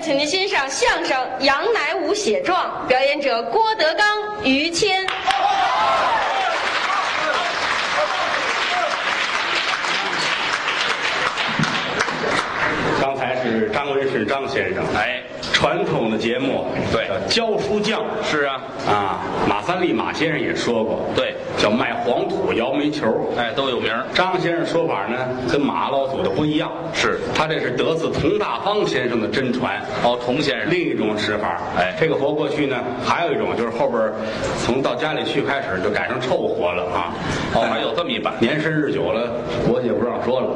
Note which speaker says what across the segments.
Speaker 1: 请您欣赏相声《杨乃武写状》，表演者郭德纲、于谦。
Speaker 2: 刚才是张文顺张先生，
Speaker 3: 哎，
Speaker 2: 传统的节目
Speaker 3: 对
Speaker 2: 叫教书匠
Speaker 3: 是啊，
Speaker 2: 啊，马三立马先生也说过，
Speaker 3: 对，
Speaker 2: 叫卖黄土摇煤球。
Speaker 3: 哎，都有名儿
Speaker 2: 张先生说法呢，跟马老祖的不一样，
Speaker 3: 是
Speaker 2: 他这是得自佟大方先生的真传。
Speaker 3: 哦，童先生，
Speaker 2: 另一种使法，
Speaker 3: 哎
Speaker 2: 这个活过去呢，还有一种就是后边儿从到家里去开始就改成臭活了啊。
Speaker 3: 哦，还有这么一版，
Speaker 2: 年深日久了，国家也不让说 了，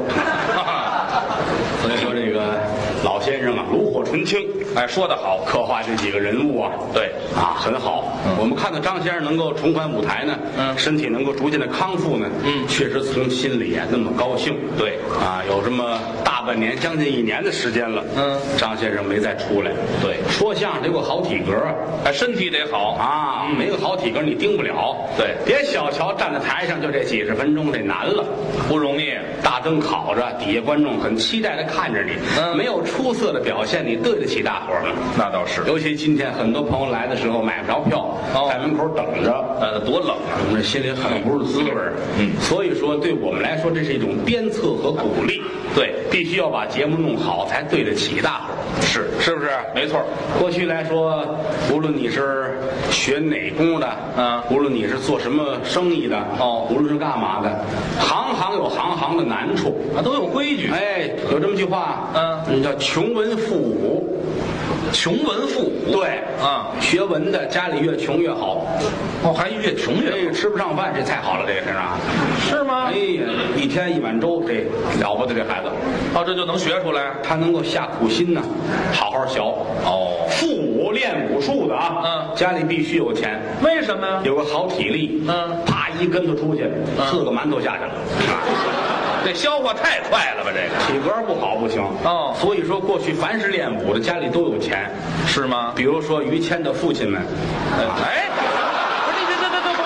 Speaker 2: 所以说这个老先生啊，炉火纯青，
Speaker 3: 哎，说得好，
Speaker 2: 刻画这几个人物啊，
Speaker 3: 对
Speaker 2: 啊，很好。我们看到张先生能够重返舞台呢，
Speaker 3: 嗯
Speaker 2: 身体能够逐渐的康复呢，
Speaker 3: 嗯
Speaker 2: 确实从心里啊那么高兴。
Speaker 3: 对
Speaker 2: 啊，有这么大半年，将近一年的时间了，
Speaker 3: 嗯
Speaker 2: 张先生没再出来。
Speaker 3: 对
Speaker 2: 说相声得有个好体格啊。
Speaker 3: 哎，身体得好啊，
Speaker 2: 啊，没个好体格你盯不了。
Speaker 3: 对
Speaker 2: 别小瞧站在台上就这几十分钟，这难了。
Speaker 3: 不容易，
Speaker 2: 大灯烤着，底下观众很期待的看着你，
Speaker 3: 嗯
Speaker 2: 没有出色的表现，你对得起大伙儿吗？
Speaker 3: 那倒是，
Speaker 2: 尤其今天很多朋友来的时候买不着票，
Speaker 3: 哦
Speaker 2: 在门口等着，
Speaker 3: 呃，多冷啊，
Speaker 2: 我们心里很不是滋味儿。
Speaker 3: 嗯
Speaker 2: 所以说对我们来说，这是一种鞭策和鼓励。
Speaker 3: 对
Speaker 2: 必须要把节目弄好，才对得起大伙儿。
Speaker 3: 是是不是？没错儿，
Speaker 2: 过去来说，无论你是学哪工的，
Speaker 3: 嗯
Speaker 2: 无论你是做什么生意的，
Speaker 3: 哦
Speaker 2: 无论是干嘛的，行行有行行的难处。
Speaker 3: 啊，都有规矩，
Speaker 2: 哎，有这么句话，
Speaker 3: 嗯
Speaker 2: 嗯，叫穷文富武。
Speaker 3: 穷文富武，
Speaker 2: 对，
Speaker 3: 啊，
Speaker 2: 学文的家里越穷越好，
Speaker 3: 哦，还越穷
Speaker 2: 这
Speaker 3: 越
Speaker 2: 个吃不上饭，这太好了，这个是啊。
Speaker 3: 是吗
Speaker 2: 哎呀，一天一碗粥，这了不得，这孩子，
Speaker 3: 哦，这就能学出来，
Speaker 2: 他能够下苦心呢，好好学。
Speaker 3: 哦，
Speaker 2: 父母练武术的啊，
Speaker 3: 嗯
Speaker 2: 家里必须有钱，
Speaker 3: 为什么呀？
Speaker 2: 有个好体力，
Speaker 3: 嗯
Speaker 2: 啪一跟头出去，四个馒头下去了，啊
Speaker 3: 这消化太快了吧？这个
Speaker 2: 体格不好不行。
Speaker 3: 哦
Speaker 2: 所以说过去凡是练武的家里都有钱，
Speaker 3: 是吗？
Speaker 2: 比如说于谦的父亲们，
Speaker 3: 哎，不是，这这这这不，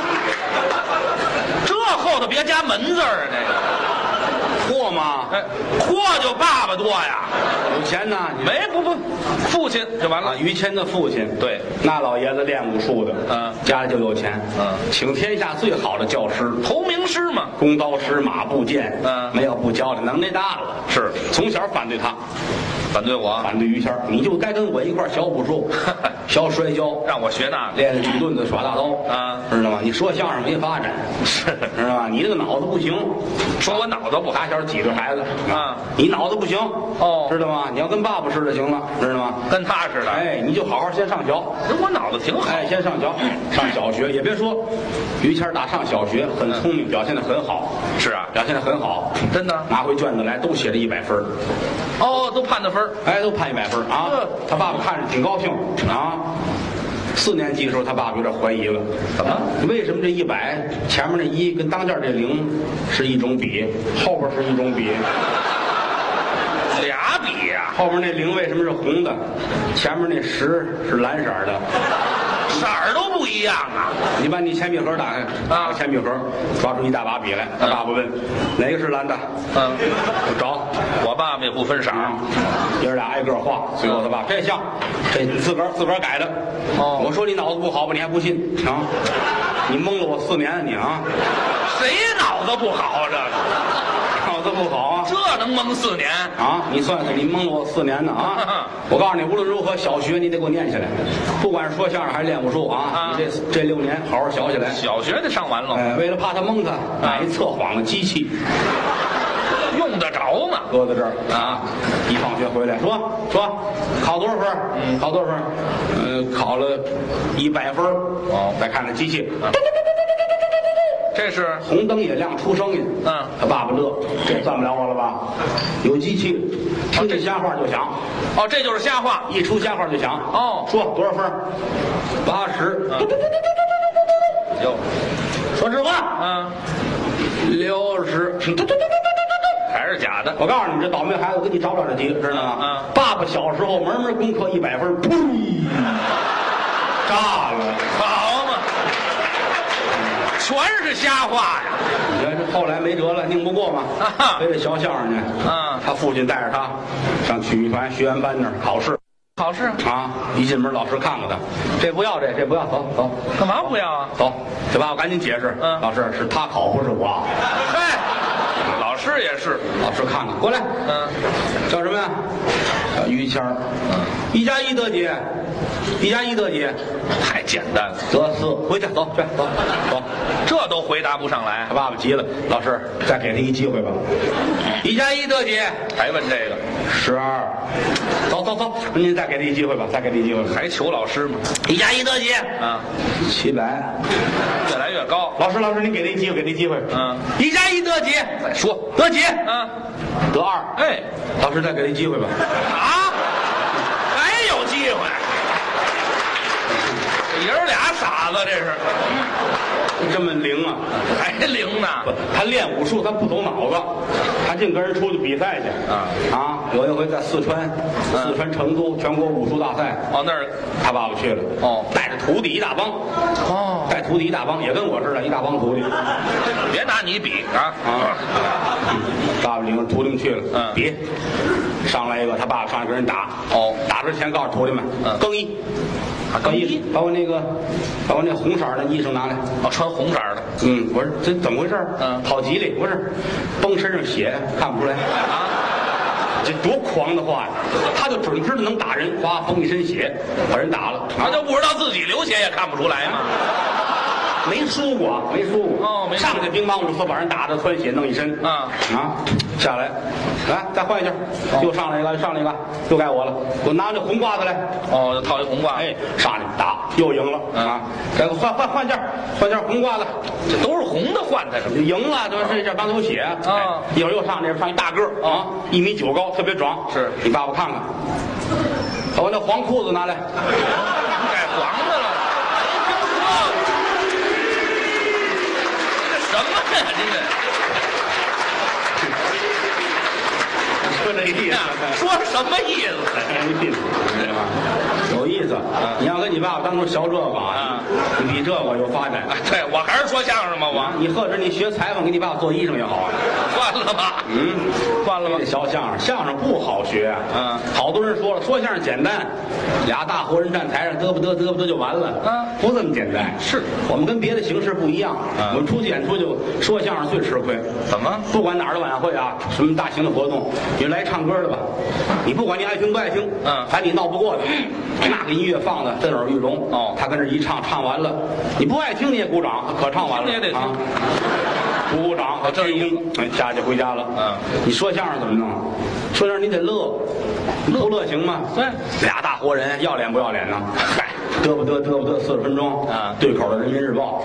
Speaker 3: 这后头别加门字儿啊，这个。
Speaker 2: 阔嘛，
Speaker 3: 哎，阔就爸爸多呀，
Speaker 2: 有钱呢，你
Speaker 3: 没不不，父亲就完
Speaker 2: 啊
Speaker 3: 了，。
Speaker 2: 于谦的父亲，
Speaker 3: 对，
Speaker 2: 那老爷子练武术的，
Speaker 3: 嗯
Speaker 2: 家里就有钱，
Speaker 3: 嗯
Speaker 2: 请天下最好的教师，
Speaker 3: 头名师嘛，
Speaker 2: 弓刀师、马步剑，
Speaker 3: 嗯
Speaker 2: 没有不教的，能耐大了。
Speaker 3: 是
Speaker 2: 从小反对他，
Speaker 3: 反对我，
Speaker 2: 反对于谦儿，你就该跟我一块儿学武 术，学摔跤，
Speaker 3: 让我学那个。
Speaker 2: 练练举棍子，耍大刀，
Speaker 3: 啊
Speaker 2: 知道吗？你说相声没发展，
Speaker 3: 是
Speaker 2: 知道吗？你这个脑子不行。
Speaker 3: 说我脑子不好，
Speaker 2: 打小挤兑孩子
Speaker 3: 啊，
Speaker 2: 你脑子不行
Speaker 3: 哦
Speaker 2: 知道吗？你要跟爸爸似的，行了，知道吗？
Speaker 3: 跟他似的。
Speaker 2: 哎，你就好好先上学，
Speaker 3: 人我脑子挺好。
Speaker 2: 哎，先上学，上小学也别说，于谦儿大上小学很聪明，表现的很好，
Speaker 3: 是啊，
Speaker 2: 表现的很好，
Speaker 3: 真的。
Speaker 2: 拿回卷子来都写了一百分儿
Speaker 3: 哦，都判的分儿
Speaker 2: 哎，都判一百分儿啊
Speaker 3: 嗯。
Speaker 2: 他爸爸看着挺高兴啊。四年级的时候，他爸爸有点怀疑了，
Speaker 3: 怎么？
Speaker 2: 为什么这一百前面那一跟当间这零是一种笔，后边是一种笔？
Speaker 3: 俩笔呀、
Speaker 2: 后边那零为什么是红的？前面那十是蓝色儿的。
Speaker 3: 色儿都不一样啊。
Speaker 2: 你把你铅笔盒打开，打开铅笔盒，抓出一大把笔来。他爸爸问：“哪个是蓝的？”
Speaker 3: 嗯，
Speaker 2: 我找
Speaker 3: 我爸爸也不分色儿
Speaker 2: 啊，爷儿俩挨个画。最后他爸这像，这你自个儿自个儿改的。
Speaker 3: 哦
Speaker 2: 我说你脑子不好吧？你还不信啊？你蒙了我四年，你啊，
Speaker 3: 谁脑子不好啊？
Speaker 2: 脑子不好啊
Speaker 3: 这？个这能蒙四年？
Speaker 2: 啊，你算算，你蒙了我四年呢啊！我告诉你，无论如何，小学你得给我念下来，不管是说相声还是练武术啊
Speaker 3: 啊，
Speaker 2: 你这这六年好好学起来。
Speaker 3: 小学啊得上完了，
Speaker 2: 哎，为了怕他蒙他，买一测谎的机器
Speaker 3: 用得着吗？
Speaker 2: 搁在这儿
Speaker 3: 嗯啊，
Speaker 2: 一放学回来说说考多少分儿？考多少分儿？嗯，考了一百分儿。
Speaker 3: 哦
Speaker 2: 再看看机器，
Speaker 3: 这是
Speaker 2: 红灯也亮，出声音。
Speaker 3: 嗯
Speaker 2: 他爸爸乐，这算不了我了吧？有机器，听见瞎话就响，
Speaker 3: 哦，这就是瞎话。
Speaker 2: 一出瞎话就响。
Speaker 3: 哦嗯
Speaker 2: 说多少分儿？八十。
Speaker 3: 哟，
Speaker 2: 说实话，
Speaker 3: 啊，
Speaker 2: 六十。
Speaker 3: 还是假的。
Speaker 2: 我告诉你，这倒霉孩子，我给你找找这急，知道吗？
Speaker 3: 嗯
Speaker 2: 爸爸小时候门门功课一百分儿，砰，炸了。
Speaker 3: 好嘛，全是瞎话呀！
Speaker 2: 你看这后来没辙了，拧不过嘛
Speaker 3: 啊，哈
Speaker 2: 非得学相声去。
Speaker 3: 啊
Speaker 2: 他父亲带着他上曲艺团学员班那儿考试，
Speaker 3: 考试
Speaker 2: 啊！一进门，老师看看他，这不要这，这不要，走走
Speaker 3: 干嘛不要啊？
Speaker 2: 走，这爸爸赶紧解释，
Speaker 3: 嗯
Speaker 2: 老师是他考不是我啊，
Speaker 3: 嗨，老师也是，
Speaker 2: 老师看看，过来，
Speaker 3: 嗯，
Speaker 2: 叫什么呀？叫于谦儿，一加一得几？一加一得几？
Speaker 3: 太简单了，
Speaker 2: 得四，回去，走去，走走。
Speaker 3: 这都回答不上来
Speaker 2: 他，爸爸急了，老师再给他一机会吧，一加一得几？
Speaker 3: 还问这个，
Speaker 2: 十二，走走走，您再给他一机会吧，再给他一机会吧，
Speaker 3: 还求老师吗？
Speaker 2: 一加一得几？
Speaker 3: 啊，
Speaker 2: 七百。
Speaker 3: 越来越高，
Speaker 2: 老师，老师，您给他一机会，给他一机会。
Speaker 3: 嗯，
Speaker 2: 一加一得几？再说得几？
Speaker 3: 嗯，
Speaker 2: 得二。
Speaker 3: 哎，
Speaker 2: 老师，再给他一机会吧。
Speaker 3: 啊，还有机会，这爷儿俩傻子这是，
Speaker 2: 这么灵啊！
Speaker 3: 还灵
Speaker 2: 不
Speaker 3: 呢，
Speaker 2: 他练武术，他不走脑子，他净跟人出去比赛去。
Speaker 3: 啊
Speaker 2: 啊！有一回在四川，四
Speaker 3: 嗯
Speaker 2: 川成都全国武术大赛，
Speaker 3: 往那儿，
Speaker 2: 他爸爸去了。
Speaker 3: 哦
Speaker 2: 带着徒弟一大帮，
Speaker 3: 哦，
Speaker 2: 带徒弟一大帮，也跟我似的，一大帮徒弟。
Speaker 3: 别拿你比啊，
Speaker 2: 啊，爸爸领着徒弟们去了，
Speaker 3: 嗯
Speaker 2: 比，上来一个，他爸爸上来跟人打，
Speaker 3: 哦
Speaker 2: 打之前告诉徒弟们，
Speaker 3: 嗯
Speaker 2: 更衣，
Speaker 3: 啊更衣
Speaker 2: 把我那个，把我那红色儿的衣裳拿来。
Speaker 3: 哦，穿红色儿的
Speaker 2: 嗯，我说这怎么回事？
Speaker 3: 嗯
Speaker 2: 好极了，不是，崩身上血看不出来，
Speaker 3: 啊，
Speaker 2: 这多狂的话呀！他就准知道能打人，哗，崩一身血，把人打了，
Speaker 3: 他啊就不知道自己流血也看不出来吗？
Speaker 2: 没输过啊，没输过。
Speaker 3: 哦没输
Speaker 2: 上去乒乓五四把人打的窜血弄一身。
Speaker 3: 啊
Speaker 2: 啊，下来，来再换一下，
Speaker 3: 哦
Speaker 2: 又上来一个，又上来一个，又该我了。我拿这红褂子来，
Speaker 3: 哦，就套一红褂，
Speaker 2: 哎，上去打，又赢了
Speaker 3: 嗯
Speaker 2: 啊！再换换换件儿，换件儿红褂子，
Speaker 3: 这都是红的换的什么？
Speaker 2: 赢了，对吧？这这帮流血啊
Speaker 3: 啊
Speaker 2: 一会儿又上这上一大个儿啊，一米九高，特别壮。
Speaker 3: 是
Speaker 2: 你爸爸看看，把我那黄裤子拿 来。
Speaker 3: 改黄的了。没听说过这什么呀？这
Speaker 2: 说这意哎
Speaker 3: 个说什么意思？
Speaker 2: 没意思，有意思。你要跟你爸爸当初学这个啊，你比这个有发展。
Speaker 3: 哎，对我还是说相声吧，我
Speaker 2: 你或者你学裁缝，给你爸爸做衣裳也好啊。
Speaker 3: 算了吧，
Speaker 2: 嗯，
Speaker 3: 算了吧
Speaker 2: 这。学相声，相声不好学啊。
Speaker 3: 嗯
Speaker 2: 好多人说了，说相声简单，俩大活人站台上嘚吧嘚嘚吧嘚就完了。
Speaker 3: 嗯
Speaker 2: 不这么简单。
Speaker 3: 是
Speaker 2: 我们跟别的形式不一样。
Speaker 3: 嗯
Speaker 2: 我们出去演出就说相声最吃亏。
Speaker 3: 怎么？
Speaker 2: 不管哪儿的晚会啊，什么大型的活动，你来唱歌的吧，你不管你爱听不爱听，
Speaker 3: 嗯
Speaker 2: 反正你闹不过他，那个音乐放的震耳欲聋。
Speaker 3: 哦
Speaker 2: 他跟这一唱，唱完了，你不爱听你也鼓掌，可唱完了
Speaker 3: 听也得听
Speaker 2: 啊不鼓掌，
Speaker 3: 哦这是一
Speaker 2: 鞠躬，哎，下去回家了。
Speaker 3: 嗯，
Speaker 2: 你说相声怎么弄？说相声你得乐，你不乐行吗？
Speaker 3: 对
Speaker 2: 俩大活人，要脸不要脸呢？嗨，嘚不嘚嘚不嘚，四十分钟
Speaker 3: 啊
Speaker 2: 对口的《人民日报》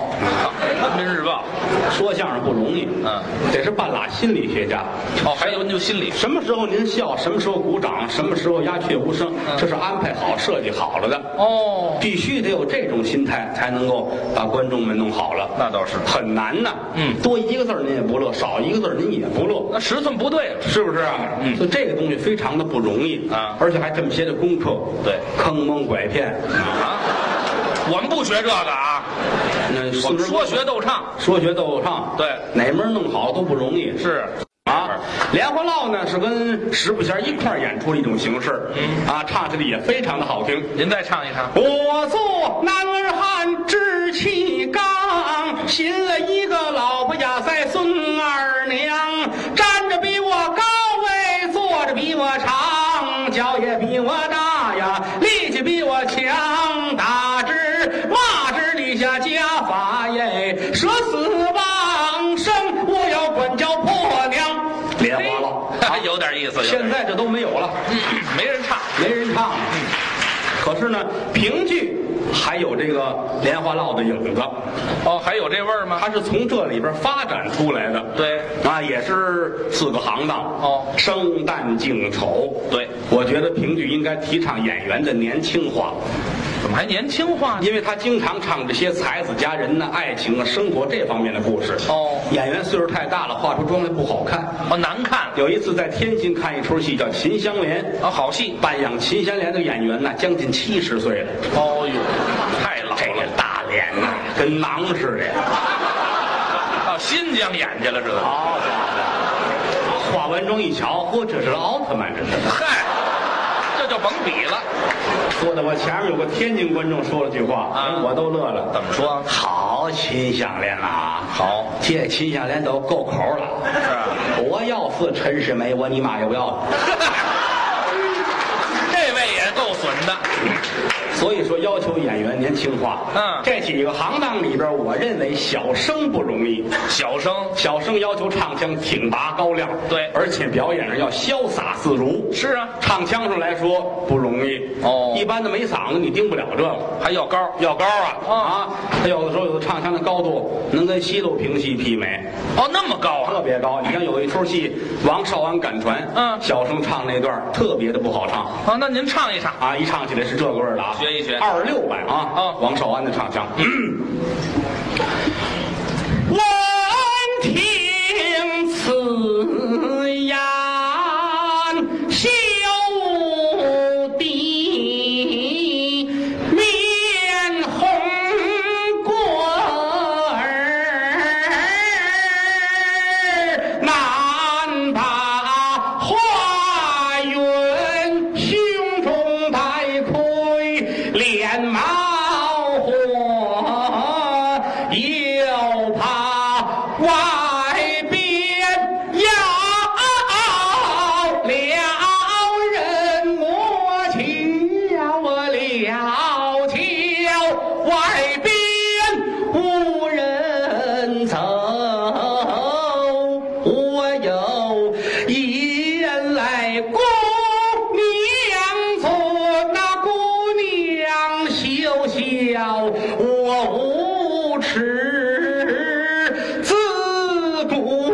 Speaker 3: 人民日报
Speaker 2: 说相声不容易，
Speaker 3: 嗯，
Speaker 2: 得是半拉心理学家。
Speaker 3: 哦，还有研究心理
Speaker 2: 什么时候您笑，什么时候鼓掌，什么时候鸦雀无声，
Speaker 3: 嗯
Speaker 2: 这是安排好、设计好了的。
Speaker 3: 哦，
Speaker 2: 必须得有这种心态，才能够把观众们弄好了。
Speaker 3: 那倒是
Speaker 2: 很难呐。
Speaker 3: 嗯
Speaker 2: 多一个字儿您也不乐，少一个字儿您也不乐，
Speaker 3: 那尺寸不对了。
Speaker 2: 是不是啊？嗯，所以这个东西非常的不容易
Speaker 3: 啊
Speaker 2: 而且还这么些的功课。
Speaker 3: 对
Speaker 2: 坑蒙拐骗。
Speaker 3: 啊，我们不学这个啊，
Speaker 2: 那
Speaker 3: 我们
Speaker 2: 说
Speaker 3: 说学逗唱
Speaker 2: 说学逗唱，
Speaker 3: 对
Speaker 2: 哪门儿弄好都不容易。
Speaker 3: 是
Speaker 2: 啊，莲花落呢是跟石不弦一块儿演出的一种形式，嗯啊，唱起来也非常的好听。
Speaker 3: 您再唱一唱。
Speaker 2: 我做男儿汉，志气刚，寻了一个老婆家塞孙二娘，站着比我高位，坐着比我长，脚也比我大呀，力气比我强，打之骂之立下家法耶，舍死忘生，我要管教婆娘。莲花落，
Speaker 3: 嘿有点意思。有点
Speaker 2: 现在这都没有了。
Speaker 3: 没人唱。
Speaker 2: 没人唱。可是呢，评剧还有这个莲花落的影子，
Speaker 3: 哦，还有这味儿吗？
Speaker 2: 它是从这里边发展出来的。
Speaker 3: 对，
Speaker 2: 啊，也是四个行当
Speaker 3: 哦
Speaker 2: 生旦净丑。
Speaker 3: 对，
Speaker 2: 我觉得评剧应该提倡演员的年轻化，
Speaker 3: 怎么还年轻化呢？
Speaker 2: 因为他经常唱这些才子佳人呐、爱情啊、生活这方面的故事。
Speaker 3: 哦
Speaker 2: 演员岁数太大了，化出妆来不好看。
Speaker 3: 哦，难看
Speaker 2: 有一次在天津看一出戏，叫《秦香莲》，
Speaker 3: 啊，好戏。
Speaker 2: 扮演秦香莲的演员呢，将近七十岁了。
Speaker 3: 哦呦，太老
Speaker 2: 这个
Speaker 3: 了。
Speaker 2: 大脸呐、跟狼似的。
Speaker 3: 到哦新疆演去了，这个。
Speaker 2: 好家伙！化完妆一瞧，嚯，这是奥特曼，这是
Speaker 3: 嗨，这这就甭比了。
Speaker 2: 坐在我前面有个天津观众说了句话，哎
Speaker 3: 啊
Speaker 2: 我都乐了。
Speaker 3: 怎么说？啊
Speaker 2: 好秦香莲啊，
Speaker 3: 好
Speaker 2: 这秦香莲都够口了。
Speaker 3: 是啊
Speaker 2: 我要是陈世美，我你妈也不要了。
Speaker 3: 这位也够损的。
Speaker 2: 所以说，要求演员您听话。
Speaker 3: 嗯
Speaker 2: 这几个行当里边，我认为小生不容易。
Speaker 3: 小生
Speaker 2: 小生要求唱腔挺拔高亮，
Speaker 3: 对
Speaker 2: 而且表演上要潇洒自如。
Speaker 3: 是啊
Speaker 2: 唱腔上来说不容易
Speaker 3: 哦
Speaker 2: 一般的没嗓子你盯不了这个，
Speaker 3: 还要高，
Speaker 2: 要高啊、
Speaker 3: 啊
Speaker 2: 啊！他有的时候有的唱腔的高度能跟西楼平戏媲美，
Speaker 3: 哦，那么高
Speaker 2: 特
Speaker 3: 啊？
Speaker 2: 别高。你像有一出戏《王少安赶船》，
Speaker 3: 嗯
Speaker 2: 小生唱那段儿特别的不好唱。
Speaker 3: 啊，那您唱一唱。
Speaker 2: 啊，一唱起来是这个味儿的啊，
Speaker 3: 学一学嗯
Speaker 2: 二六版啊，
Speaker 3: 哦
Speaker 2: 王少安的唱腔。嗯闻听此言，休地面红过儿，难把花云胸中带盔，脸毛火，又怕外边要了人我瞧我了瞧，外边无人走，我有一人来姑娘村，那姑娘羞笑我无耻，自古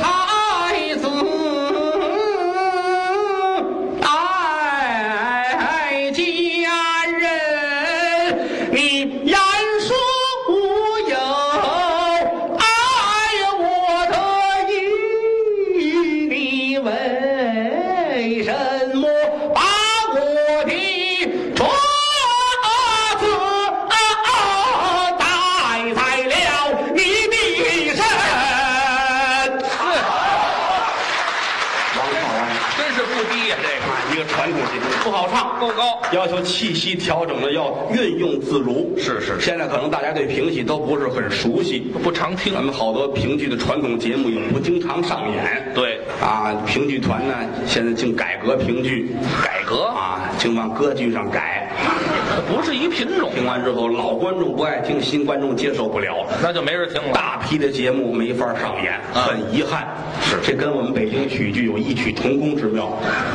Speaker 2: 才子爱家人，你言说无有爱我的意，你为什么把我的桌子带在了你的身？王少安
Speaker 3: 真是不低呀、这
Speaker 2: 啊，一个传统戏不好唱
Speaker 3: 个，够高。
Speaker 2: 要求气息调整的要运用自如。
Speaker 3: 是是是
Speaker 2: 现在可能大家对评戏都不是很熟悉，
Speaker 3: 不常听
Speaker 2: 咱们好多评剧的传统节目也不经常上演。
Speaker 3: 对
Speaker 2: 啊，评剧团呢现在净改革评剧，
Speaker 3: 改革
Speaker 2: 啊，净往歌剧上改。
Speaker 3: 不是一品种，
Speaker 2: 听完之后，老观众不爱听，新观众接受不了。
Speaker 3: 那就没人听了。
Speaker 2: 大批的节目没法上演，
Speaker 3: 啊
Speaker 2: 很遗憾。是，这跟我们北京曲剧有异曲同工之妙。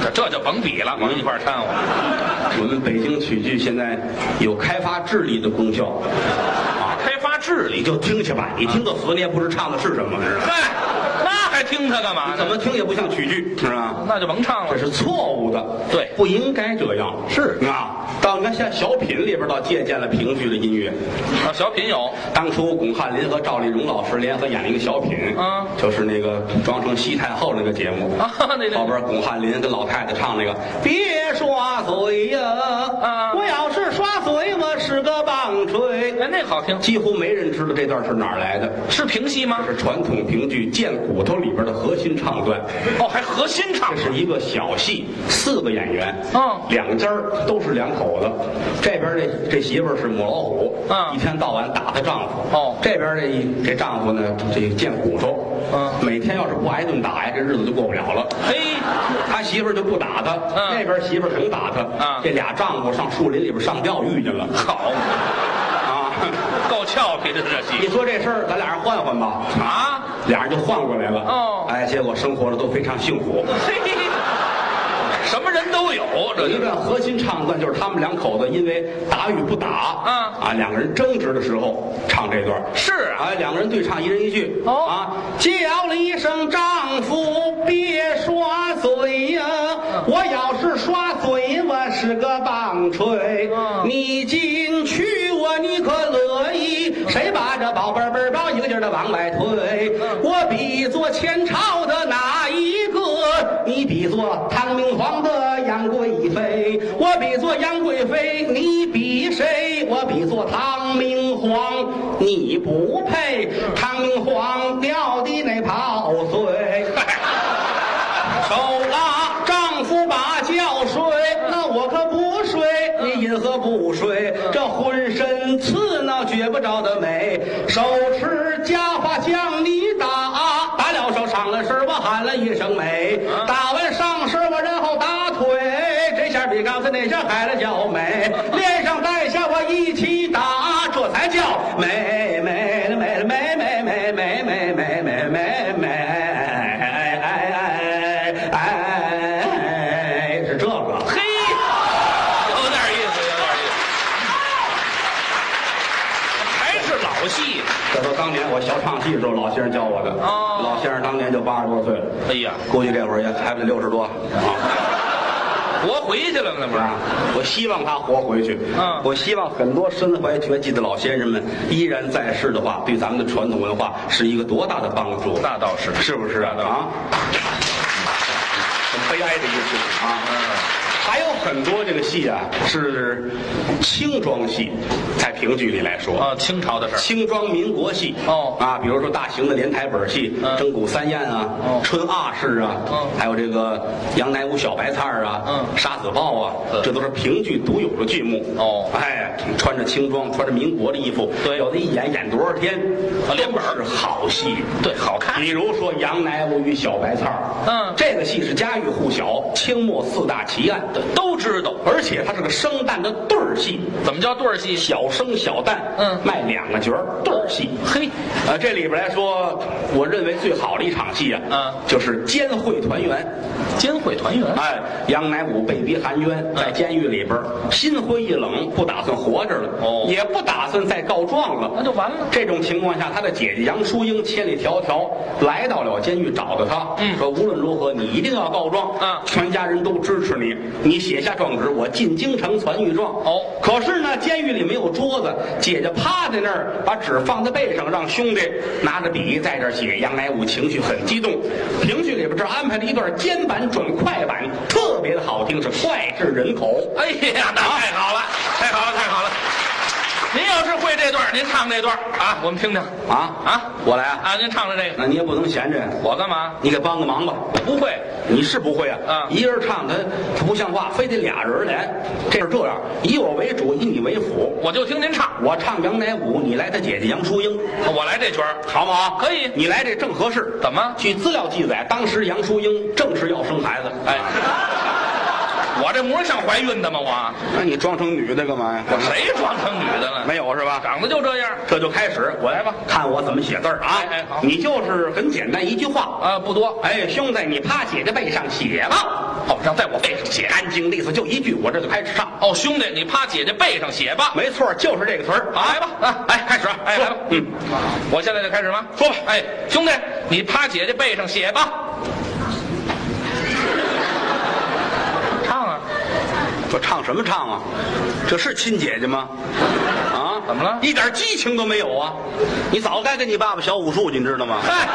Speaker 3: 这这就甭比了，往一块儿掺和。
Speaker 2: 我们北京曲剧现在有开发智力的功效，啊，
Speaker 3: 开发智
Speaker 2: 你
Speaker 3: 力，
Speaker 2: 就听去吧，
Speaker 3: 啊
Speaker 2: 你听个死你也不知唱的是什么，知道吗？
Speaker 3: 嗨，那还听他干嘛
Speaker 2: 怎
Speaker 3: 呢？
Speaker 2: 么听也不像曲剧，是吧？
Speaker 3: 那就甭唱
Speaker 2: 这
Speaker 3: 了。
Speaker 2: 是错误的，
Speaker 3: 对
Speaker 2: 不应该这样。
Speaker 3: 是
Speaker 2: 啊，到你看像小品里边倒借鉴了评剧的音乐。
Speaker 3: 啊，小品有
Speaker 2: 当初巩汉林和赵丽蓉老师联合演了一个小品，
Speaker 3: 嗯
Speaker 2: 就是那个装成西太后那个节目，
Speaker 3: 啊，那
Speaker 2: 后
Speaker 3: 那
Speaker 2: 边巩汉林跟老太太唱那个“别刷嘴呀、
Speaker 3: 啊
Speaker 2: 我要是刷嘴，我是个棒槌。
Speaker 3: 哎，那好听，
Speaker 2: 几乎没人知道这段是哪儿来的，
Speaker 3: 是评戏吗？
Speaker 2: 是传统评剧《贱骨头》里边的核心唱段。
Speaker 3: 哦，还核心唱
Speaker 2: 这。是一个小戏，四个演员，
Speaker 3: 嗯
Speaker 2: 两家儿都是两口子。这边这这媳妇儿是母老虎，
Speaker 3: 嗯
Speaker 2: 一天到晚打她丈夫。
Speaker 3: 哦
Speaker 2: 这边这这丈夫呢，这贱骨头，
Speaker 3: 嗯
Speaker 2: 每天要是不挨顿打呀，这日子就过不了了。
Speaker 3: 嘿，
Speaker 2: 他媳妇儿就不打他，
Speaker 3: 嗯
Speaker 2: 那边媳妇儿总打他，
Speaker 3: 嗯
Speaker 2: 这俩丈夫上树林里边上钓鱼去 了
Speaker 3: 好，
Speaker 2: 啊！
Speaker 3: 够俏皮的这
Speaker 2: 你
Speaker 3: 戏
Speaker 2: 说这事儿，咱俩人换换吧，
Speaker 3: 啊！
Speaker 2: 俩人就换过来了。
Speaker 3: 哦
Speaker 2: 哎，结果生活的都非常幸福。
Speaker 3: 嘿，什么人都有，这
Speaker 2: 有
Speaker 3: 就
Speaker 2: 一段核心唱段，就是他们两口子因为打与不打，
Speaker 3: 啊
Speaker 2: 啊，两个人争执的时候唱这段。
Speaker 3: 是
Speaker 2: 啊，
Speaker 3: 啊，
Speaker 2: 两个人对唱，一人一句。
Speaker 3: 哦
Speaker 2: 啊，叫了一声丈夫，别刷嘴呀、
Speaker 3: 嗯
Speaker 2: 我要是刷嘴，我是个棒槌。
Speaker 3: 嗯
Speaker 2: 你进去我你可乐意，
Speaker 3: 嗯
Speaker 2: 谁把这宝贝儿背包一个劲儿的往外推？
Speaker 3: 嗯
Speaker 2: 我比作前朝的哪一个？你比作唐明皇的杨贵妃，我比作杨贵妃，你比谁？我比作唐明皇，你不配。唐明皇掉的那泡水。手拉丈夫把觉睡，那我手持家法将你打，打了手上了身儿，我喊了一声美，打完上身儿我然后打腿，这下比刚才那下还了叫美，连上带下我一起打，这才叫美美了美了美美美美美美美美美，哎哎哎哎哎，是这个。
Speaker 3: 嘿，有点意思，有点意思，还是老戏。
Speaker 2: 这都当年我学唱戏的时候，老先生教我的。
Speaker 3: 哦
Speaker 2: 老先生当年就八十多岁了，
Speaker 3: 哎呀，
Speaker 2: 估计这会儿也还不得六十多啊。
Speaker 3: 活回去了那不是？
Speaker 2: 啊！我希望他活回去。
Speaker 3: 嗯
Speaker 2: 我希望很多身怀绝技的老先生们依然在世的话，对咱们的传统文化是一个多大的帮助？
Speaker 3: 那倒是，
Speaker 2: 是不是啊？
Speaker 3: 那倒
Speaker 2: 啊，很悲哀的一个事情啊。还有很多这个戏啊，是清装戏，在评剧里来说
Speaker 3: 啊，清朝的事儿。
Speaker 2: 清装民国戏
Speaker 3: 哦
Speaker 2: 啊，比如说大型的连台本戏
Speaker 3: 嗯
Speaker 2: 《蒸鼓三宴》啊，
Speaker 3: 哦
Speaker 2: 《春阿式》啊，
Speaker 3: 嗯
Speaker 2: 还有这个杨乃武小白菜儿啊，
Speaker 3: 嗯
Speaker 2: 杀死豹啊
Speaker 3: 嗯，
Speaker 2: 这都是评剧独有的剧目
Speaker 3: 哦
Speaker 2: 哎，穿着清装，穿着民国的衣服，
Speaker 3: 对
Speaker 2: 有的一演演多少天，
Speaker 3: 啊连本儿嗯
Speaker 2: 都是好戏，
Speaker 3: 对好看
Speaker 2: 比如说杨乃武与小白菜儿
Speaker 3: 嗯
Speaker 2: 这个戏是家喻户晓，清末四大奇案，对，
Speaker 3: 都知道，
Speaker 2: 而且它是个生旦的对儿戏，
Speaker 3: 怎么叫对儿戏？
Speaker 2: 小生小旦，
Speaker 3: 嗯
Speaker 2: 卖两个角儿对儿戏。
Speaker 3: 嘿，
Speaker 2: 呃，这里边来说，我认为最好的一场戏啊，
Speaker 3: 嗯
Speaker 2: 就是监会团圆。
Speaker 3: 监会团圆。
Speaker 2: 哎，杨乃武被逼含
Speaker 3: 嗯
Speaker 2: 冤，在监狱里边儿心灰意冷，不打算活着了，
Speaker 3: 哦
Speaker 2: 也不打算再告状了，
Speaker 3: 那就完了
Speaker 2: 这种情况下，他的姐姐杨淑英千里迢迢来到了监狱，找到他，
Speaker 3: 嗯
Speaker 2: 说无论如何你一定要告状，
Speaker 3: 嗯
Speaker 2: 全家人都支持你，你写下状纸，我进京城传谕状。
Speaker 3: 哦
Speaker 2: 可是呢，监狱里没有桌子，姐姐趴在那儿，把纸放在背上，让兄弟拿着笔在这儿写。杨乃武情绪很激动，评剧里边这儿安排了一段肩板转快板，特别的好听，是脍炙人口。
Speaker 3: 哎呀，那太好了，太好了，太好了！您要是会这段儿，您唱这段儿啊，我们听听
Speaker 2: 啊
Speaker 3: 啊
Speaker 2: 我来啊，
Speaker 3: 啊，您唱唱这个，
Speaker 2: 那你也不能闲着呀，
Speaker 3: 我干嘛？
Speaker 2: 你给帮个忙吧。
Speaker 3: 不会，
Speaker 2: 你是不会啊，
Speaker 3: 啊
Speaker 2: 一人唱他他不像话，非得俩人来，这是这样，以我为主，以你为辅。
Speaker 3: 我就听您唱，
Speaker 2: 我唱杨乃武，你来他姐姐杨淑英，
Speaker 3: 我来这角儿，
Speaker 2: 好不好？
Speaker 3: 可以
Speaker 2: 你来这正合适。
Speaker 3: 怎么
Speaker 2: 据资料记载，当时杨淑英正是要生孩子，
Speaker 3: 哎，我这模样像怀孕的吗？我
Speaker 2: 那你装成女的干嘛呀？
Speaker 3: 我谁装成女的了？
Speaker 2: 没有是吧？
Speaker 3: 长得就这样
Speaker 2: 这就开始，我来吧，看我怎么写字儿啊！
Speaker 3: 哎哎好
Speaker 2: 你就是很简单一句话，
Speaker 3: 啊，不多。
Speaker 2: 哎，兄弟，你趴姐姐背上写吧，
Speaker 3: 哦，让在我背上写。
Speaker 2: 干净利索就一句，我这就开始唱。
Speaker 3: 哦，兄弟，你趴姐姐背上写吧。
Speaker 2: 没错，就是这个词儿。
Speaker 3: 好，来吧，啊，
Speaker 2: 哎，开始，
Speaker 3: 哎，
Speaker 2: 说
Speaker 3: 来吧，
Speaker 2: 嗯，，
Speaker 3: 我现在就开始吗？
Speaker 2: 说吧
Speaker 3: 哎，兄弟，你趴姐姐背上写吧。唱啊，
Speaker 2: 这唱什么唱啊？这是亲姐姐吗？啊，
Speaker 3: 怎么了
Speaker 2: 一点激情都没有啊！你早该跟你爸爸学武术去，你知道吗？
Speaker 3: 嗨，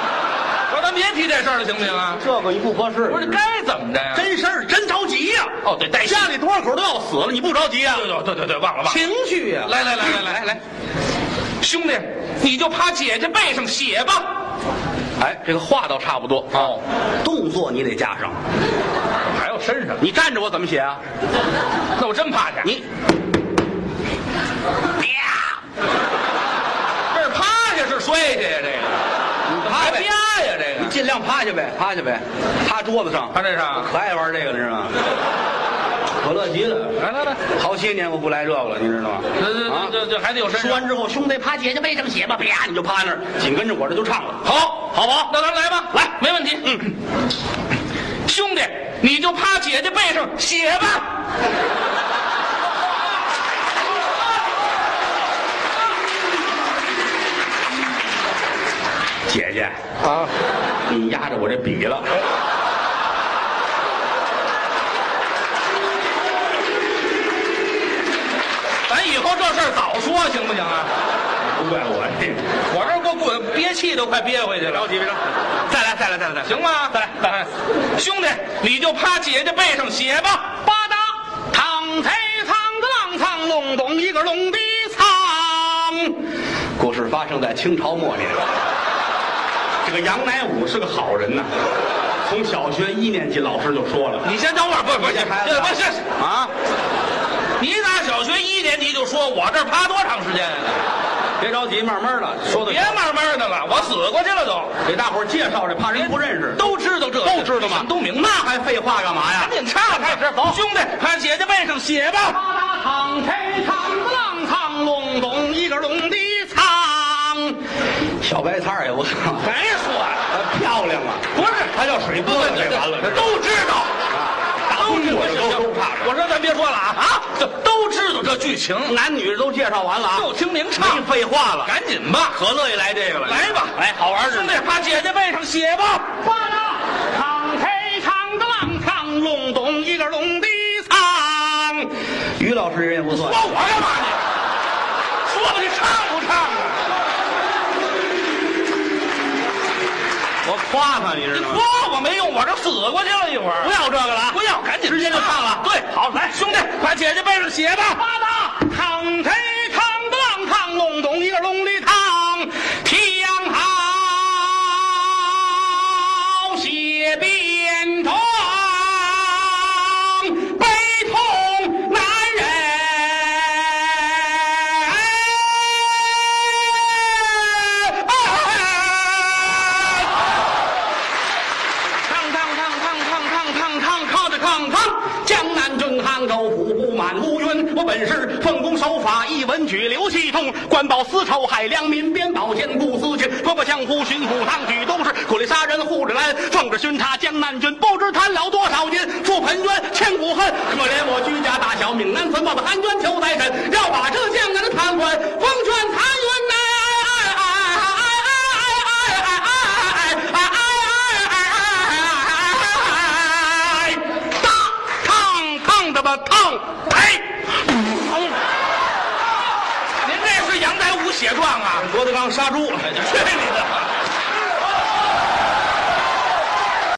Speaker 3: 我说咱别提这事儿了，行不行啊？
Speaker 2: 这个你不合适
Speaker 3: 不是该怎么着呀？
Speaker 2: 真事儿，真着急呀、
Speaker 3: 哦，对，带戏
Speaker 2: 家里多少口都要死了，你不着急啊？
Speaker 3: 对对对对对，忘了忘了。
Speaker 2: 情绪呀、
Speaker 3: 来来来来来来，兄弟，你就趴姐姐背上写吧。
Speaker 2: 哎，这个话倒差不多
Speaker 3: 哦，
Speaker 2: 啊动作你得加上。
Speaker 3: 还有身上，
Speaker 2: 你站着我怎么写啊？
Speaker 3: 那我真趴下。
Speaker 2: 你
Speaker 3: 这是趴下是摔下呀？这个
Speaker 2: 趴
Speaker 3: 还
Speaker 2: 呗
Speaker 3: 啪呀？这
Speaker 2: 你
Speaker 3: 个
Speaker 2: 尽量趴下呗，趴下呗，趴桌子上。
Speaker 3: 趴这上
Speaker 2: 我可爱玩这个了，是吗？可乐极了。
Speaker 3: 来来来，
Speaker 2: 好些年我不来这个了，你知道吗？
Speaker 3: 这这这这还得有身
Speaker 2: 说
Speaker 3: 上。
Speaker 2: 完之后，兄弟趴姐姐背上写吧，啪，你就趴那儿，紧跟着我这就唱了。
Speaker 3: 好，好不好？那咱们来吧，
Speaker 2: 来
Speaker 3: 没问题。嗯，兄弟，你就趴姐姐背上写吧。
Speaker 2: 姐姐，
Speaker 3: 啊，
Speaker 2: 你压着我这笔了。
Speaker 3: 咱以后这事儿早说行不行啊？
Speaker 2: 不怪我，嘿
Speaker 3: 我这儿给我滚，憋气都快憋回去了。
Speaker 2: 急别着急，再来再来再来再来，
Speaker 3: 行吗？来来，兄弟，你就趴姐姐背上写吧。
Speaker 2: 吧嗒，趟贼苍个浪苍隆咚一个隆的苍。故事发生在清朝末年。这个杨乃武是个好人呐，从小学一年级老师就说了，
Speaker 3: 你先等会儿，不不
Speaker 2: 你先
Speaker 3: 行，
Speaker 2: 开了
Speaker 3: 不是
Speaker 2: 啊，
Speaker 3: 你打小学一年级就说我这儿趴多长时间呀、
Speaker 2: 别着急，慢慢的说的
Speaker 3: 别，慢慢的了，我死过去了都，
Speaker 2: 给大伙儿介绍这，怕人不认识。
Speaker 3: 都知道这，
Speaker 2: 都知道吗
Speaker 3: 什么都明
Speaker 2: 那还
Speaker 3: 白。
Speaker 2: 废话干嘛呀
Speaker 3: 赶？紧唱，开始走，兄弟，看姐姐背上写吧。
Speaker 2: 八大唱天唱不浪唱隆咚一个隆的唱，小白菜儿也不唱，
Speaker 3: 还说，
Speaker 2: 她漂亮啊！
Speaker 3: 不是，
Speaker 2: 她叫水波子，这完了，这
Speaker 3: 都知道。
Speaker 2: 大
Speaker 3: 都
Speaker 2: 中
Speaker 3: 知道
Speaker 2: 国的都都怕嗯
Speaker 3: 我说咱别说了啊啊，这都知道这剧情，
Speaker 2: 这，男女都介绍完了啊，
Speaker 3: 就听您唱
Speaker 2: 没。废话了。
Speaker 3: 赶紧吧，可乐意来这个了，来吧，来哎好玩兄弟，把姐姐背上写吧。
Speaker 2: 八大唱天唱的浪唱隆咚一个隆的唱，于老师人也不错
Speaker 3: 说。我干嘛你？说吧，你唱不唱啊？
Speaker 2: 我夸他，你知道？
Speaker 3: 说我没用，我这死过去了一会儿。
Speaker 2: 不要这个了啊，
Speaker 3: 不要，赶紧直接就唱了。对，好，来，兄弟，把姐姐背上写吧。
Speaker 2: 八大唱台唱的浪唱隆咚一个隆的唱，听好写便当，悲痛难忍。唱唱唱唱唱唱唱唱，靠着唱唱，江南镇杭州府布满乌云。我本是奉公守法，一文举留系统，官报私仇害良民，边保监顾私军，官报相夫巡抚堂举都是，鼓励杀人护着拦，奉旨巡查江南军，不知贪了多少金，覆盆冤，千古恨。可怜我居家大小，闽南坟报的含冤求财神，要把这江南的贪官奉劝残冤呐。哎大烫烫的吧烫哎，
Speaker 3: 您这是阳台无血状啊！啊哎
Speaker 2: 郭德纲杀猪，
Speaker 3: 去你的！